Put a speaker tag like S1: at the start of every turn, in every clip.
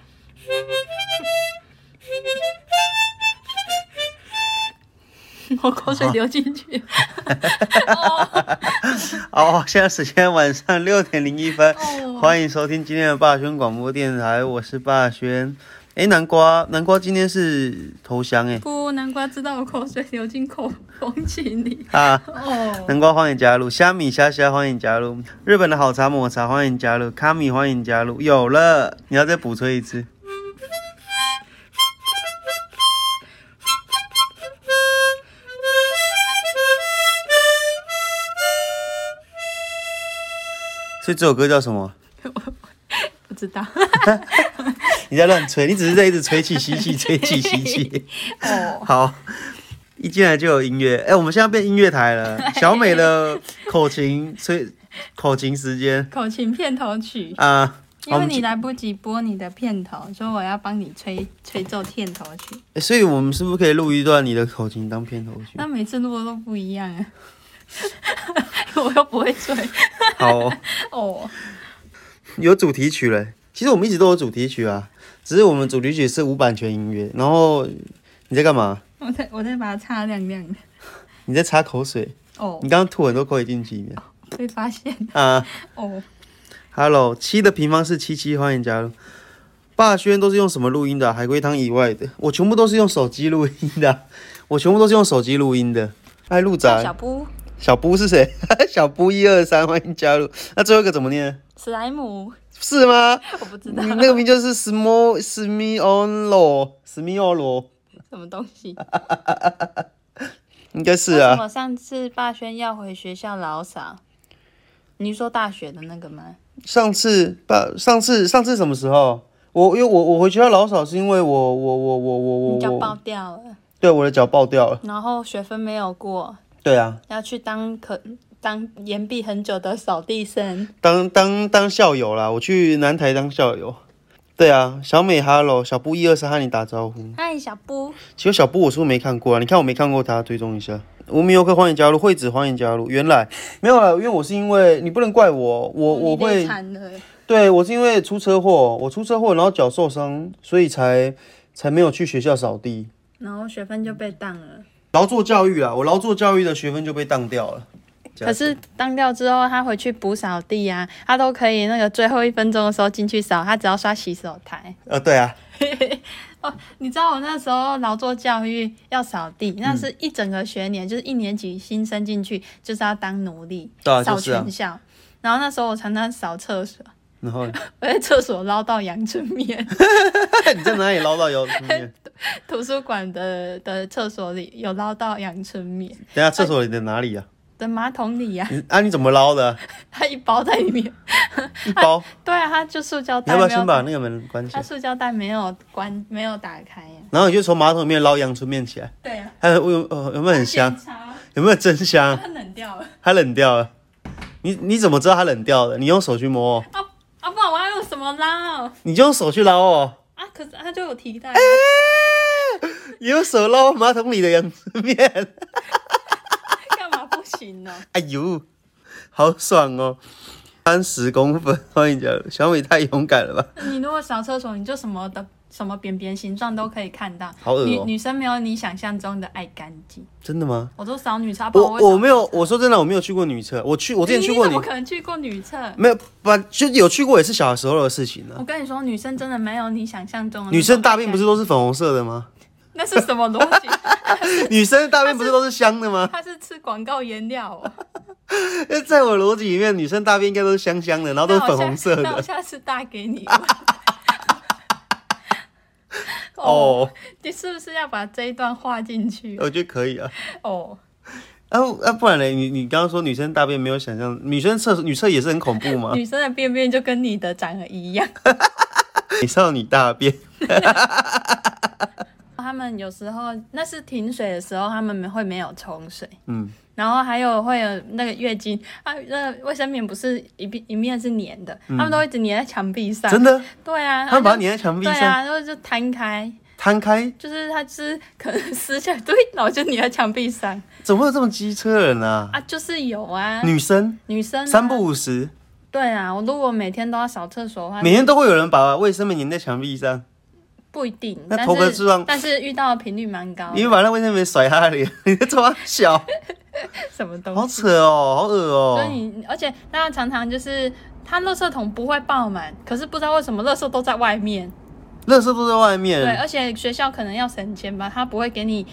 S1: 我口水流进去。 哦
S2: 好，现在时间晚上六点零一分，
S1: 哦
S2: 欢迎收听今天的霸轩广播电台，我是霸轩。哎，南瓜，南瓜今天是头香哎
S1: 不，南瓜知道我口水流进口空气里。
S2: 啊！
S1: 哦，
S2: 南瓜欢迎加入，虾米虾虾欢迎加入，日本的好茶抹茶欢迎加入，卡米欢迎加入。有了，你要再补吹一次。所以这首歌叫什么？
S1: 不知道。
S2: 你在乱吹，你只是在一直吹气吸气，吹气 吸气。
S1: 哦，
S2: 好，一进来就有音乐，哎、我们现在变音乐台了。小美的口琴吹口琴时间
S1: 口琴片头曲，
S2: 啊，
S1: 因
S2: 好我
S1: 为
S2: 们
S1: 你来不及播你的片头，所以我要帮你吹吹奏片头曲。
S2: 哎所以我们是不是可以录一段你的口琴当片头 曲？
S1: 那每次录的都不一样啊。 我又不会吹。
S2: 好哦、
S1: 哦，
S2: 有主题曲嘞。其实我们一直都有主题曲啊，只是我们主题曲是无版权音乐。然后你在干嘛？
S1: 我再我再把它擦亮亮的。
S2: 你在擦口水，
S1: 哦
S2: 你，刚刚吐很多口水进去里面
S1: 被发现。
S2: 啊。
S1: 哦，
S2: Hello，七的平方是七七，欢迎加入。霸轩都是用什么录音的啊、海龟汤以外的，我全部都是用手机录音的啊、我全部都是用手机录音的。爱录
S1: 叫哦小
S2: 宅，
S1: 布，
S2: 小布是谁？ 小布一二三，欢迎加入。那最后一个怎么念？
S1: 史莱姆，
S2: 是吗？
S1: 我不知
S2: 你
S1: 道
S2: 那个名就是 Small Smiolo Smiolo，
S1: 什么东西。
S2: 应该是
S1: 为什
S2: 啊。
S1: 么上次霸轩要回学校老傻？你说大学的那个吗？
S2: 上次霸，上次上次什么时候？我因为我我回学校老少是因为我我我我我
S1: 你
S2: 我
S1: 脚爆
S2: 我，
S1: 掉了，
S2: 对我的脚爆掉了。
S1: 然后学分没有过，
S2: 对啊，
S1: 要去当可当延毕很久的扫地僧。
S2: 当当当校友啦，我去南台当校友。对啊，小美哈喽，小布一二三和你打招呼。
S1: 嗨，小布，
S2: 其实小布我是不是没看过啊？你看我没看过他，追踪一下。无名游客欢迎加入，惠子欢迎加入。原来没有啊，因为我是因为你不能怪我，我我
S1: 你累
S2: 会
S1: 惨了。
S2: 对我是因为出车祸，我出车祸然后脚受伤，所以才才没有去学校扫地。
S1: 然后学分就被当了，
S2: 劳作教育啊，我劳作教育的学分就被当掉了。加
S1: 可是当掉之后，他回去补扫地啊，他都可以那个最后一分钟的时候进去扫，他只要刷洗手台。
S2: 呃，对啊，
S1: 你知道我那时候劳作教育要扫地，
S2: 嗯
S1: 那是一整个学年，就是一年级新生进去就是要当奴隶，
S2: 对啊
S1: 扫
S2: 就是啊
S1: 全校。然后那时候我常常扫厕所，
S2: 然后你
S1: 我在厕所捞到阳春面，
S2: 在哪里捞到嗯油？ 面？
S1: 图书馆的的厕所里有捞到阳春面，
S2: 等一下厕所里的哪里啊？
S1: 的马桶里呀、
S2: 你啊，你怎么捞的？
S1: 它一包在里面。
S2: 一包，
S1: 对啊，它就塑胶
S2: 你
S1: 袋
S2: 要不
S1: 没
S2: 要
S1: 有，啊
S2: 先把那个门关起
S1: 它
S2: 来？
S1: 塑胶袋没有关，没有打开呀、
S2: 然后你就从马桶里面捞阳春面起来，
S1: 对啊，
S2: 还有有呃有没有很香？
S1: 检查，
S2: 有没有真香？
S1: 它冷掉了
S2: 它冷掉了，你你怎么知道它冷掉了？你用手去摸哦，
S1: 啊啊！不然我要用什么捞啊？
S2: 你就用手去捞哦，
S1: 可是它就有提
S2: 哎
S1: 袋啊。
S2: 你用手捞马桶里的阳春面，
S1: 干嘛不行呢、
S2: 哎呦，好爽哦！三十公分， 欢迎加入，小美太勇敢了吧？
S1: 你如果扫厕所，你就什么的什么扁扁形状都可以看到。
S2: 好恶
S1: 女
S2: 哦、
S1: 女生没有你想象中的爱干净。
S2: 真的吗？
S1: 我都扫女厕，不然
S2: 我
S1: 会扫
S2: 我没有，我说真的，我没有去过女厕，我去我之前去过
S1: 你
S2: 女
S1: 怎么，可能去过女厕？
S2: 没有，不就有去过也是小时候的事情了、
S1: 我跟你说，女生真的没有你想象中的那种
S2: 女生大便不是
S1: 爱
S2: 都是粉红色的吗？
S1: 干净那是什么 逻辑？
S2: 女生的大便不是都是香的吗？
S1: 她是吃广告颜料哦，
S2: 在我逻辑里面，女生大便应该都是香香的，然后都是粉红色
S1: 那我
S2: 的。
S1: 下那我下次带给你。哦，
S2: 哦，
S1: 你是不是要把这一段画进去？
S2: 我觉得可以啊。
S1: 哦，
S2: 啊啊，不然嘞，你你刚刚说女生大便没有想象，女生厕所女厕也是很恐怖吗？
S1: 女生的便便就跟你的长得一样。
S2: 美少女 大便
S1: 他们有时候那是停水的时候，他们会没有冲水，
S2: 嗯，
S1: 然后还有会有那个月经啊，那卫生棉不是一边一面是粘的，他们都一直粘在墙壁上。
S2: 嗯真的，
S1: 对啊，
S2: 他们
S1: 就
S2: 把它粘在墙壁
S1: 对
S2: 上，
S1: 啊，然后就摊开，
S2: 摊开，
S1: 就是它就是可能撕下来，对，然后就粘在墙壁上
S2: 怎么会有这么机车的人啊？
S1: 啊，就是有啊，
S2: 女生
S1: 女生啊
S2: 三不五十，
S1: 对啊，我如果每天都要扫厕所的话，
S2: 每天都会有人把卫生棉粘在墙壁上，
S1: 不一定，
S2: 那
S1: 但
S2: 头个
S1: 是
S2: 质量
S1: 但是遇到的频率蛮高的，
S2: 你把那卫生棉甩他的脸， 你在这么小，
S1: 什么东西
S2: 好扯哦，好恶
S1: 嗯所以
S2: 哦。
S1: 你，而且那常常就是它垃圾桶不会爆满，可是不知道为什么垃圾都在外面。
S2: 垃圾都在外
S1: 对，
S2: 面，
S1: 而且学校可能要省钱吧，它不会给你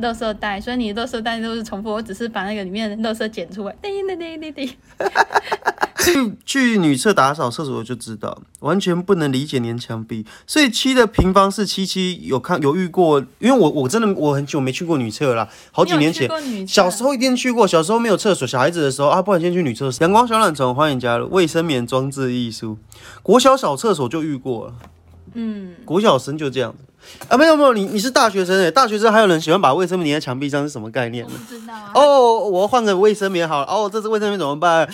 S1: 垃圾袋，所以你垃圾袋都是重复。我只是把那个里面的垃圾捡出来，叮叮叮叮叮。
S2: 去去女厕打扫厕所我就知道，完全不能理解粘墙壁。所以七的平方是七七，有看有遇过，因为我我真的我很久没去过女厕了啦，好几
S1: 你有
S2: 年
S1: 去
S2: 前。
S1: 过女厕
S2: 小时候一定去过，小时候没有厕所，小孩子的时候啊，不然先去女厕所。阳光小懒虫，欢迎加入卫生棉装置艺术。国小小厕所就遇过了，
S1: 嗯，
S2: 国小生就这样子啊，没有没有，你你是大学生诶，欸大学生还有人喜欢把卫生棉粘在墙壁上是什么概念
S1: 我？不知道啊，
S2: 哦，我换个卫生棉好了，哦，这次卫生棉怎么办？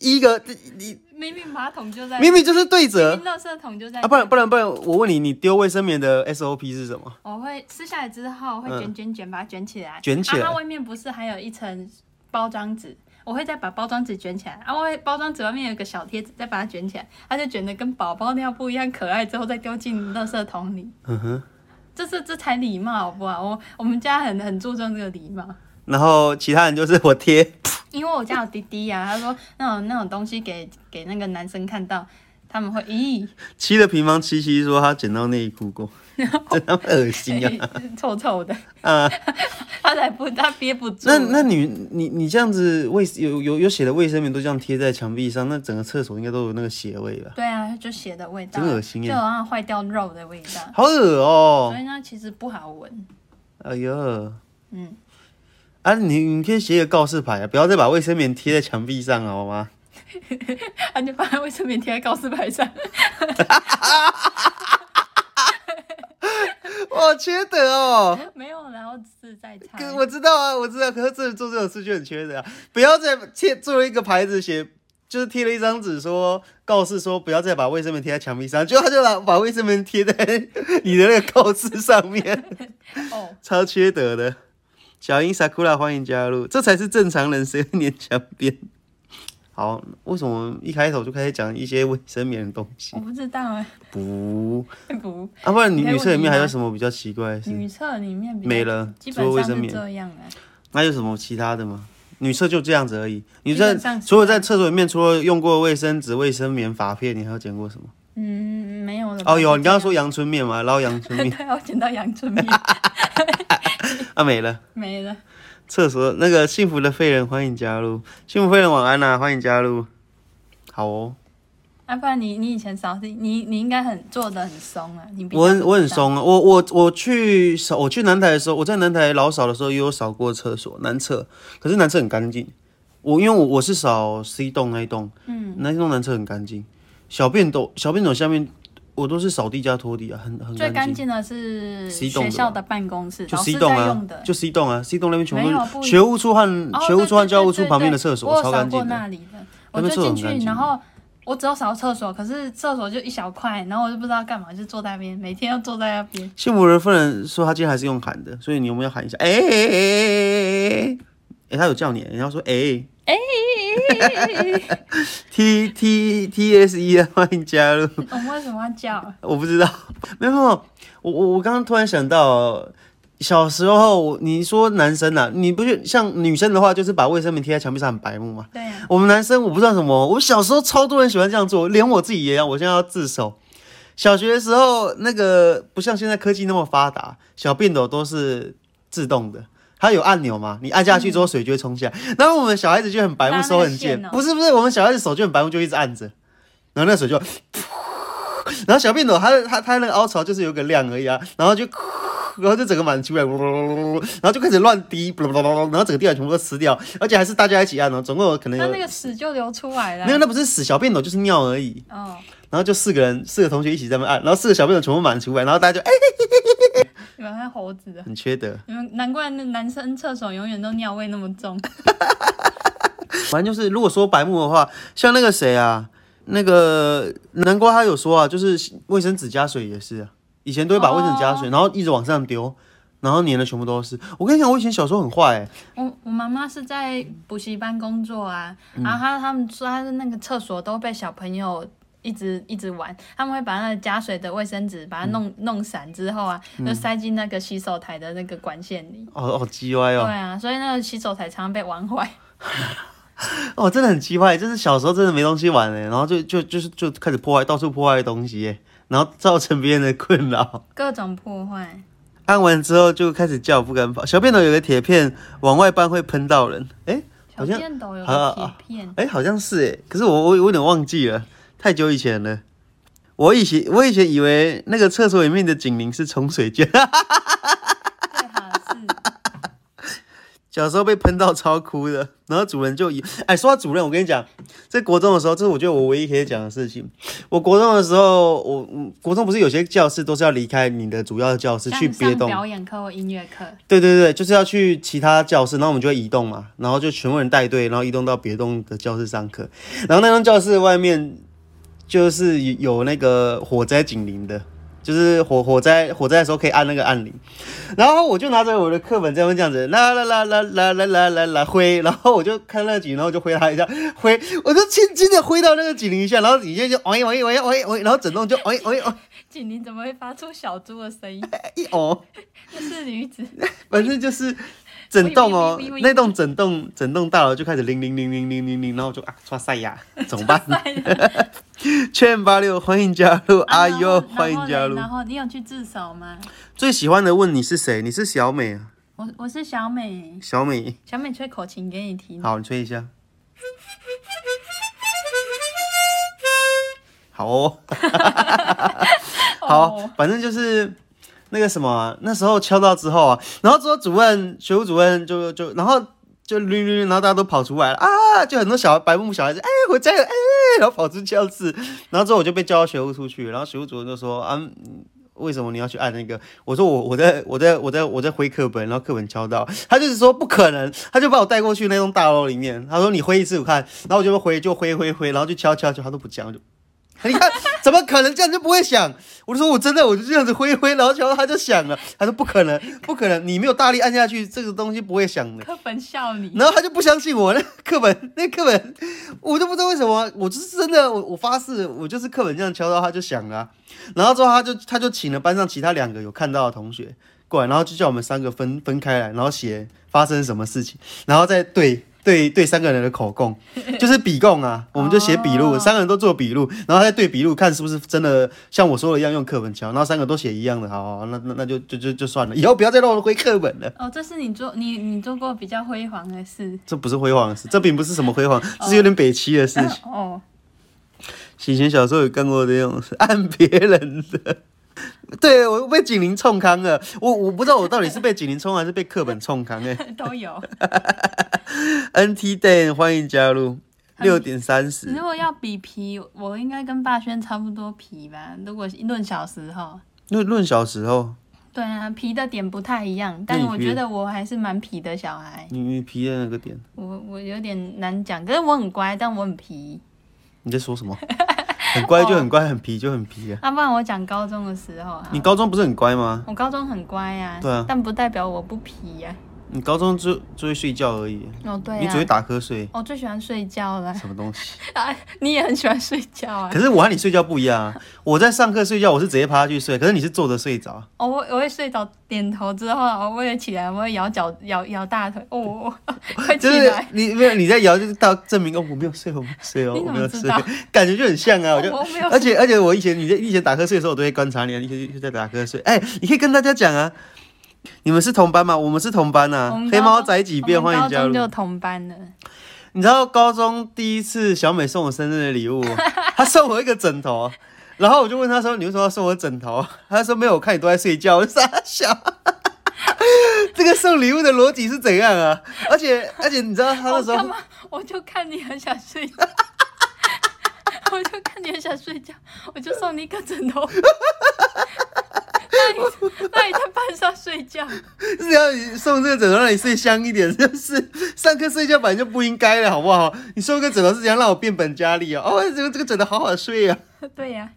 S2: 一个你
S1: 明明马桶就在，
S2: 明明就是对
S1: 明
S2: 折
S1: 明垃圾桶就在
S2: 啊，不然不然不然，我问你，你丢卫生棉的 SOP 是什么？
S1: 我会撕下来之后会卷卷卷把它卷起来，
S2: 嗯卷起来
S1: 啊、它外面不是还有一层包装纸，我会再把包装纸卷起来，啊，外包装纸外面有一个小贴纸，再把它卷起来，它就卷得跟宝宝尿布一样可爱，之后再丢进垃圾桶里，
S2: 嗯哼，
S1: 这是这才礼貌好不好？我我们家很很注重这个礼貌。
S2: 然后其他人就是我贴，
S1: 因为我家有滴滴呀、他说那种那种东西给给那个男生看到，他们会咦，
S2: 七的平方七七说他捡到内 裤过，真他妈恶心啊！
S1: 臭臭的，
S2: 啊，
S1: 他才不他憋不住。
S2: 那那你你你这样子卫有有有写的卫生棉都这样贴在墙壁上，那整个厕所应该都有那个血味吧？
S1: 对啊，就血的味道，
S2: 真恶心耶
S1: 就好像坏掉肉的味道，
S2: 好恶哦、
S1: 所以呢其实不好闻。
S2: 哎呦，
S1: 嗯，
S2: 啊你你可以写个告示牌啊，不要再把卫生棉贴在墙壁上好吗？
S1: 他就啊把卫生棉贴在告示牌上，
S2: 我缺德哦、
S1: 没有，然后只是在猜。
S2: 可我知道啊，我知道，可是这做这种事就很缺德啊！不要再贴做了一个牌子写，就是贴了一张纸说告示说不要再把卫生棉贴在墙壁上，结果他就把把卫生棉贴在你的那个告示上面。
S1: 哦，
S2: 超缺德的。小樱 Sakura 欢迎加入，这才是正常人，谁会粘墙边？好，为什么一开头就开始讲一些卫生棉的东西
S1: 我？不知道哎、
S2: 不，
S1: 不，
S2: 啊，不然女
S1: 没有
S2: 女厕里面还有
S1: 问题吗
S2: 什么比较奇怪的事？
S1: 女厕里面比较
S2: 没，了，
S1: 基
S2: 除
S1: 本
S2: 了卫
S1: 上
S2: 生
S1: 是
S2: 棉，
S1: 这样哎、
S2: 那有什么其他的吗？女厕就这样子而已。女
S1: 基
S2: 厕
S1: 本上是
S2: 除了在厕所里面，除了用过卫生纸、卫生棉、发片，你还有捡过什么？
S1: 嗯，没有了吧。
S2: 哦，有，你刚刚说
S1: 就
S2: 阳春面嘛，捞阳春
S1: 这样
S2: 面
S1: 对啊，我捡到阳 春面
S2: 啊，没了。
S1: 没了。
S2: 厕所那个幸福的废人，欢迎加入。幸福废人晚安呐、欢迎加入。好哦，
S1: 啊，不然你你以前扫地，你你应该很做的很松啊，你比较
S2: 我很我很
S1: 不知道。
S2: 松啊，我我我去扫，我去南台的时候，我在南台老扫的时候也有扫过厕所，男厕，可是男厕很干净。我因为我我是扫 C 栋那一栋，嗯，那一栋男厕很干净，小便斗小便斗下面我都是扫地加拖地啊，很很
S1: 最干
S2: 净。
S1: 净的是
S2: C 栋
S1: 学
S2: 的
S1: 校的办公室，
S2: 就
S1: 老
S2: C
S1: 师
S2: 栋
S1: 在
S2: 啊
S1: 用的，。
S2: 就 C 栋啊，C 栋那边全部
S1: 没有
S2: 都
S1: 不
S2: 是
S1: 一
S2: 学务处和
S1: 哦
S2: 学务处和
S1: 对对
S2: 教务
S1: 对
S2: 处
S1: 对
S2: 旁边的
S1: 对
S2: 厕所
S1: 我有
S2: 超干
S1: 过
S2: 净的。
S1: 那里的，我
S2: 那边
S1: 就
S2: 厕
S1: 进
S2: 所很
S1: 去
S2: 干，净
S1: 然后我只有扫厕所，可是厕所就一小块，然后我就不知道干嘛，就坐在那边，每天要坐在那边。
S2: 幸福人夫人说她今天还是用喊的，所以你有没有喊一下？哎哎哎哎哎哎！哎，她有叫你，人家说哎，T T T S E 啊，欢迎加入。
S1: 我们为什么要叫？
S2: 我不知道， 没有没有，我我我刚刚突然想到，小时候你说男生啊，你不就像女生的话，就是把卫生棉贴在墙壁上很白目嘛。
S1: 对呀、
S2: 我们男生我不知道什么，我小时候超多人喜欢这样做，连我自己也一样。我现在要自首。小学的时候，那个不像现在科技那么发达，小便斗都是自动的，它有按钮嘛，你按下去之后水就会冲下来。然后我们小孩子就很白
S1: 嗯拉那
S2: 目，
S1: 个
S2: 手很贱，
S1: 线哦
S2: 不是不是，我们小孩子手就很白目，就一直按着，然后那水就，然后小便斗它的它它那个凹槽就是有个量而已啊，然后就。然后就整个满出来，然后就开始乱滴，然后整个地板全部都湿掉，而且还是大家一起按哦，总共有可能有
S1: 那那个屎就流出来了。
S2: 没有，那不是屎，小便斗就是尿而已。
S1: 哦，
S2: 然后就四个人，四个同学一起在那边按，然后四个小便斗全部满出来，然后大家就哎、
S1: 你们看猴子的，
S2: 很缺德。
S1: 你们难怪那男生厕所永远都尿味那么重。
S2: 反正就是，如果说白目的话，像那个谁啊，那个嗯南瓜他有说啊，就是卫生纸加水也是啊，以前都会把卫生纸加水，然后一直往上丢，然后粘的全部都是。我跟你讲，我以前小时候很坏、欸，
S1: 我我妈妈是
S2: 嗯
S1: 在补习班工作啊，然后她他们说她的那个厕所都被小朋友一直一直玩，他们会把那个加水的卫生纸把它弄、
S2: 嗯
S1: 弄散之后啊，就塞进那个洗手台的那个管线里。
S2: 哦哦，鸡歪
S1: 对
S2: 哦，
S1: 啊，所以那个洗手台常常被玩坏。
S2: 哦，真的很鸡歪，就是小时候真的没东西玩哎，然后就就就是就开始破坏，到处破坏东西哎，然后造成别人的困扰。
S1: 各种破坏，
S2: 按完之后就开始叫不敢跑，小便斗有个铁片往外搬会喷到人，哎
S1: 小
S2: 好像
S1: 便斗有
S2: 啊
S1: 个
S2: 啊
S1: 铁
S2: 啊
S1: 片，
S2: 哎，好像是哎，可是我我我有点忘记了，太久以前了。我以前我以前以为那个厕所里面的警铃是冲水键，
S1: 最好 是
S2: 小时候被喷到超哭的，然后主人就以哎，说到主任，我跟你讲，在国中的时候，这是我觉得我唯一可以讲的事情。我国中的时候，我嗯国中不是有些教室都是要离开你的主要教室去
S1: 像
S2: 别
S1: 上
S2: 动，
S1: 表演课或音乐课，
S2: 对对对，就是要去其他教室，然后我们就会移动嘛，然后就全部人带队，然后移动到别栋的教室上课。然后那栋教室外面就是有那个火灾警铃的，就是火火灾火灾的时候可以按那个按铃。然后我就拿着我的课本在那边这样子啦啦啦啦啦啦啦啦啦挥，然后我就看那个警铃，然后就挥他一下，挥，我就轻轻的挥到那个警铃一下，然后警铃就 哎哎哎哎哎，然后整栋就 哎哎哎
S1: 锦麟怎么会发出小猪的声音？
S2: 一哦。
S1: 那是女子，
S2: 反正就是整栋哦
S1: 喂喂喂喂，喂
S2: 那栋整栋整栋大楼就开始铃铃铃铃铃铃铃，然后我就啊，刷塞呀，怎么办？ 劝八六，欢迎加入，哎呦，欢迎加
S1: 啊然后嘞
S2: 入。
S1: 然后你有去自首吗？
S2: 最喜欢的问你是谁？你是小美啊，
S1: 我我是小美，
S2: 小美。
S1: 小美吹口琴给你听。
S2: 好，你吹一下。好哦，好
S1: 哦，，
S2: 反正就是那个什么啊、那时候敲到之后啊，然后之后主任、学务主任就就然后就捋捋，然后大家都跑出来了啊，就很多小白目小孩子，哎，我加油，哎，然后跑出教室，然后之后我就被叫到学务处去，然后学务主任就说啊。嗯为什么你要去按那个？我说我我在我在我在我在挥课本，然后课本敲到，他就是说不可能，他就把我带过去那栋大楼里面，他说你挥一次我看，然后我就挥就挥挥挥，然后就敲敲敲，他都不讲，我就你看怎么可能这样就不会响？我就说我真的我就这样子挥一挥，然后敲到他就响了，他说不可能不可能，你没有大力按下去，这个东西不会响的。
S1: 课本笑你，
S2: 然后他就不相信我那课本，那课本我就不知道为什么，我就是真的，我我发誓，我就是课本这样敲到他就响了啊、然后之后他就他就请了班上其他两个有看到的同学过来，然后就叫我们三个分分开来，然后写发生什么事情，然后再对对对三个人的口供，就是笔供啊，我们就写笔录，
S1: 哦
S2: 三个人都做笔录，然后再对笔录看是不是真的像我说的一样用课本敲，然后三个都写一样的，好好，好那那那就就就就算了，以后不要再让我回课本了。
S1: 哦，这是你做你你做过比较辉煌的事。
S2: 这不是辉煌的事，这并不是什么辉煌，这是有点北齐的事情。
S1: 哦，
S2: 以前小时候有干过这种事，按别人的。 对，我被警铃冲康了，我我不知道我到底是被警铃冲还是被课本冲康哎、
S1: 都有。
S2: NT Day 欢迎加入，六点三十
S1: 如。果要比皮，我应该跟霸轩差不多皮吧。如果论小时候，
S2: 论论小时候，
S1: 对啊，皮的点不太一样，
S2: 那
S1: 但
S2: 你
S1: 我
S2: 觉
S1: 觉得我还是蛮皮的小孩。
S2: 你你皮的那个点，
S1: 我我有点难讲，可是我很乖，但我很皮。
S2: 你在说什么？ 很乖就很乖，很皮就很皮啊。
S1: 要、不然我讲高中的时候啊，
S2: 你高中不是很乖吗？
S1: 我高中很乖呀、
S2: 对啊
S1: 但不代表我不皮呀、
S2: 你高中就就会睡觉而已，
S1: 哦，对
S2: 你只会
S1: 啊，
S2: 打瞌睡，
S1: 我最喜欢睡觉了
S2: 什么东西？
S1: 啊！你也很喜欢睡觉啊？
S2: 可是我和你睡觉不一样啊！我在上课睡觉，我是直接趴下去睡，可是你是坐着睡着。
S1: 哦，我我会睡着，点头之后，哦我为了起来，我会摇脚、摇摇大腿。哦，我 快起
S2: 就是
S1: 来！
S2: 你没有你在摇，就是到证明哦，我没有睡，我没有睡哦，
S1: 你
S2: 我
S1: 怎
S2: 没
S1: 么
S2: 有
S1: 知
S2: 睡
S1: 道，
S2: 感觉就很像啊，我就
S1: 我没 有
S2: 而且而且我以前你在你以前打瞌睡的时候，我都会观察你，啊，你以前就在打瞌睡。哎、你可以跟大家讲啊，你们是同班吗？我们是同班
S1: 我
S2: 啊
S1: 们，
S2: 黑
S1: 高
S2: 猫
S1: 中
S2: 宅几遍，
S1: 我们
S2: 欢迎加
S1: 高中就
S2: 入。
S1: 同班 了，
S2: 你知道高中第一次小美送我生日的礼 物，她送我一个枕头，然后我就问她说：“你为什么要送我枕头？”她说：“没有，我看你都在睡觉。”我就傻笑。 这个送礼物的逻辑是怎样啊？而且而且你知道她那
S1: 我
S2: 时候
S1: 干嘛？我就看你很想睡觉， 我就看你很想睡觉，我就送你一个枕 头。那你那你在班上睡觉，
S2: 是要你送这个枕头让你睡香一点，是不是？上课睡觉本来就不应该了，好不好？你送个枕头是想让我变本加厉啊！哦，这个这个枕头好好睡啊。
S1: 对呀、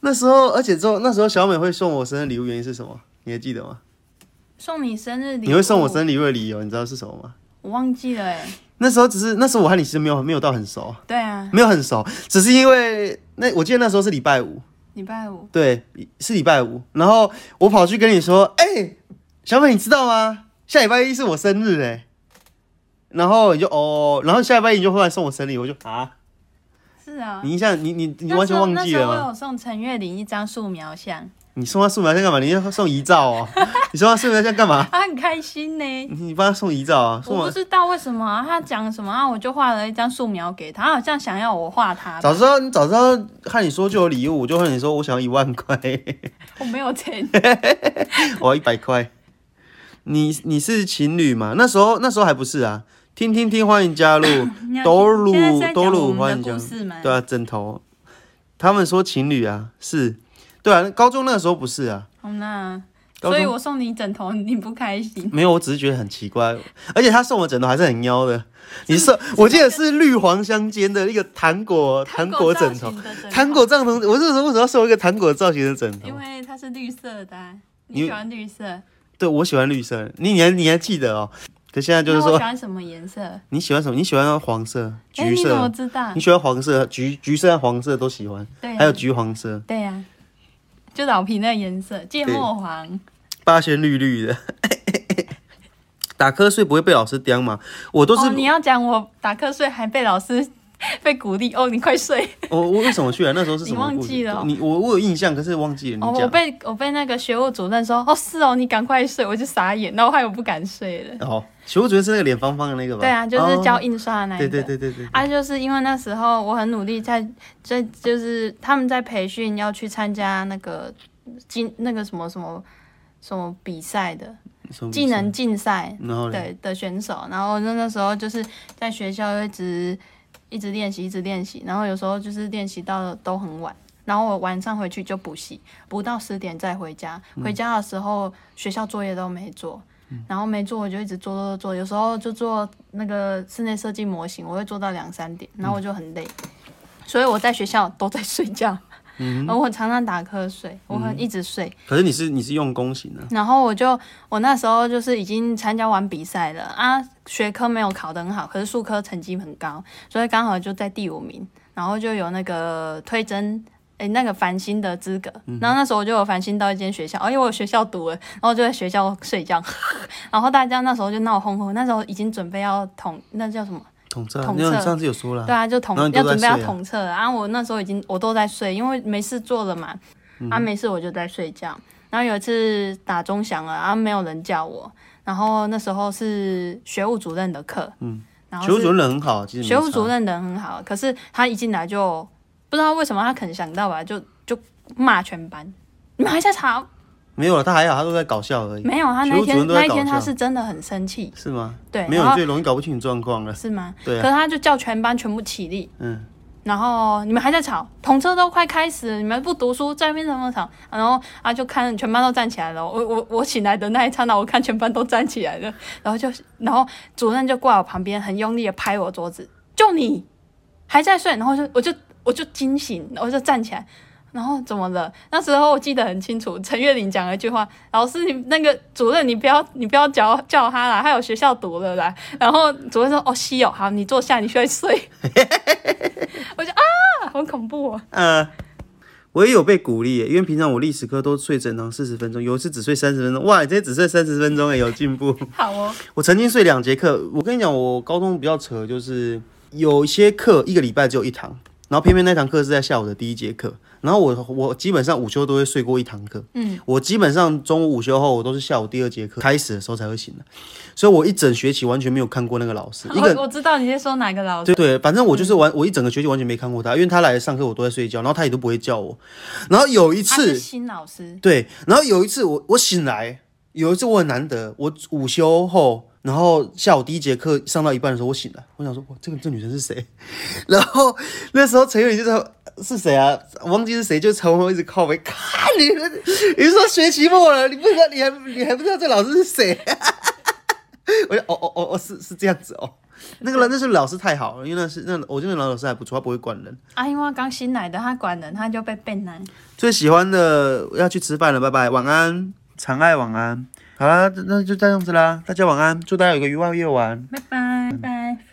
S2: 那时候，而且之后那时候小美会送我生日礼物，原因是什么？你还记得吗？
S1: 送你生日礼物，
S2: 你会送我生日礼物的理由，你知道是什么吗？
S1: 我忘记了哎。
S2: 那时候只是那时候我和你其实没有没有到很熟，
S1: 对啊，
S2: 没有很熟，只是因为那我记得那时候是礼拜五，
S1: 礼拜五
S2: 对，是礼拜五。然后我跑去跟你说：“哎、小美，你知道吗？下礼拜一是我生日哎、然后你就哦，然后下礼拜一你就忽然送我生日礼，我就啊，
S1: 是啊。
S2: 你一下你你你
S1: 那
S2: 完
S1: 时
S2: 全
S1: 候
S2: 忘
S1: 那
S2: 记
S1: 时
S2: 了啊
S1: 候我
S2: 吗？
S1: 有送陈月玲一张素描像，
S2: 你送他素描像干嘛？你要送遗照哦？你送他素描像干嘛？
S1: 她啊很开心呢。
S2: 你你帮他送遗照啊？送
S1: 我不
S2: 完
S1: 知道为什么啊、她讲什么啊，我就画了一张素描给她，她好像想要我画她吧，
S2: 早知道你早知道和你说就有礼物，我就和你说我想要一万块，
S1: 我没有 钱。
S2: 我哦要一百块。你你是情侣吗？那时候那时候还不是啊。听听听，欢迎加入。
S1: 你要
S2: 都鲁
S1: 现在是在
S2: 都
S1: 讲
S2: 鲁
S1: 我们
S2: 欢
S1: 的故
S2: 迎
S1: 事吗？
S2: 对啊，枕头。他们说情侣啊，是，对啊，高中那个时候不是啊，
S1: 好那，
S2: 高
S1: 所以
S2: 中
S1: 我送你枕头，你不开心。
S2: 没有，我只是觉得很奇怪，而且他送我枕头还是很妖的，你是，我记得是绿黄相间的一个糖果糖果呃枕头，
S1: 头
S2: 糖果帐头，我这时候为什么要送一个糖果造型的枕头
S1: 因？为它是绿色的啊、
S2: 你
S1: 你喜欢绿色？
S2: 对，我喜欢绿色，你你还你还记得哦？可现在就是
S1: 那我
S2: 说
S1: 喜欢什么颜色？
S2: 你喜欢什么？你喜欢黄色、
S1: 哎，
S2: 橘
S1: 你怎么
S2: 色，
S1: 知道
S2: 你？喜欢黄色、橘橘色和黄色都喜欢，
S1: 对、啊，
S2: 还有橘黄色，
S1: 对呀、就老皮那颜色，芥末黄。
S2: 八仙绿绿的。 打瞌睡不会被老师刁吗？我都是、
S1: 哦，你要讲我打瞌睡还被老师 被鼓励哦，你快睡。
S2: 我我为什么去啊？那时候是什么
S1: 你忘
S2: 故事
S1: 记了哦
S2: 你我我有印象，可是忘记了。
S1: 哦，
S2: 你
S1: 我
S2: 讲
S1: 被我被那个学务主任说，哦是哦，你赶快睡，我就傻眼，然后害我不敢睡了。
S2: 哦，学务主任是那个脸方方的那个吧？
S1: 对啊，就是教
S2: 哦
S1: 印刷的那一个。
S2: 对对对对对，
S1: 啊，就是因为那时候我很努力在，在就是他们在培训要去参加那个金那个什么什么什么比赛的
S2: 什么
S1: 技能竞赛，
S2: 然后嘞
S1: 对的选手，然后那那时候就是在学校一直一直练习，一直练习，然后有时候就是练习到都很晚，然后我晚上回去就补习，补到十点再回家，
S2: 嗯
S1: 回家的时候学校作业都没做。然后没做，我就一直做做做，有时候就做那个室内设计模型，我会做到两三点，
S2: 嗯
S1: 然后我就很累，所以我在学校都在睡觉，嗯、 而我常常打瞌睡，我
S2: 嗯
S1: 很一直睡，
S2: 可是你是你是用功型啊的、
S1: 然后我就我那时候就是已经参加完比赛了啊，学科没有考得很好，可是数科成绩很高，所以刚好就在第五名，然后就有那个推甄。诶，那个繁星的资格，然后那时候我就有繁星到一间学校，哦，因为我有学校读了，然后就在学校睡觉， 然后大家那时候就闹哄哄，那时候已经准备要统，那叫什么？
S2: 统测啊，
S1: 统
S2: 你有
S1: 测
S2: 你上次有说了
S1: 对
S2: 啊，
S1: 啊，就统
S2: 然后你都
S1: 要
S2: 在
S1: 准备要
S2: 睡啊
S1: 统测了啊！我那时候已经我都在睡，因为没事做了嘛，
S2: 嗯
S1: 啊没事我就在睡觉。然后有一次打钟响了啊，没有人叫我，然后那时候是学务主任的课，嗯，然后
S2: 学务
S1: 是
S2: 主任人很好，其实没
S1: 学务主
S2: 差
S1: 任人很好，可是他一进来就不知道为什么他可能想到吧，就就骂全班，你们还在吵？
S2: 没有了，他还好，他都在搞笑而已，
S1: 没有，他
S2: 学
S1: 那
S2: 务
S1: 一
S2: 主
S1: 天
S2: 任都在
S1: 那一天
S2: 搞
S1: 他
S2: 笑
S1: 是真的很生气，
S2: 是吗？
S1: 对，
S2: 没有，
S1: 然
S2: 你
S1: 后
S2: 最容易搞不清楚状况了。
S1: 是吗？
S2: 对啊
S1: 可是他就叫全班全部起立，
S2: 嗯，
S1: 然后你们还在吵，统测都快开始了，你们不读书，在那边怎么吵？然后啊，就看全班都站起来了。我我我醒来的那一刹那，我看全班都站起来了，然后就然后主任就过来我旁边，很用力的拍我桌子，就你还在睡，然后就我就我就惊醒，然后就站起来。然后怎么了？那时候我记得很清楚，陈月玲讲了一句话：“老师，你那个主任，你不要，你不要叫叫他啦，他有学校读了啦。”然后主任说：“哦，西哦，好，你坐下，你去睡。” 很恐怖哦。
S2: 呃，我也有被鼓励耶，因为平常我历史课都睡整堂四十分钟，有一次只睡三十分钟。哇，你这只睡三十分钟哎，有进步。
S1: 好哦，
S2: 我曾经睡两节课，我跟你讲，我高中比较扯，就是有些课一个礼拜只有一堂，然后偏偏那堂课是在下午的第一节课，然后我我基本上午休都会睡过一堂课，嗯，我基本上中午午休后，我都是下午第二节课开始的时候才会醒的，所以我一整学期完全没有看过那个老师，一个
S1: 我我知道你在说哪个老师。
S2: 对对，反正我
S1: 嗯
S2: 就是完，我一整个学期完全没看过他，因为他来上课我都在睡觉，然后他也都不会叫我。然后有一
S1: 他是
S2: 次，
S1: 新老师，
S2: 对，然后有一次我我醒来，有一次我很难得，我午休后，然后下午第一节课上到一半的时候，我醒来，我想说，哇，这个这女生是谁？ 然后那时候陈远就在。是谁啊？我忘记是谁，就从后一直靠背，看你，你是说学期末了，你不知道，你还你还不知道这老师是谁、啊 我就哦哦哦哦，是是这样子哦。那个人那是老师太好了，因为那是那我觉得那老师还不错，他不会管人。
S1: 啊，因为他刚新来的，他管人，他就被变难。
S2: 最喜欢的要去吃饭了，拜拜，晚安。长爱晚安。好啦，那那就这样子啦，大家晚安，祝大家有个愉快夜晚。
S1: 拜拜拜。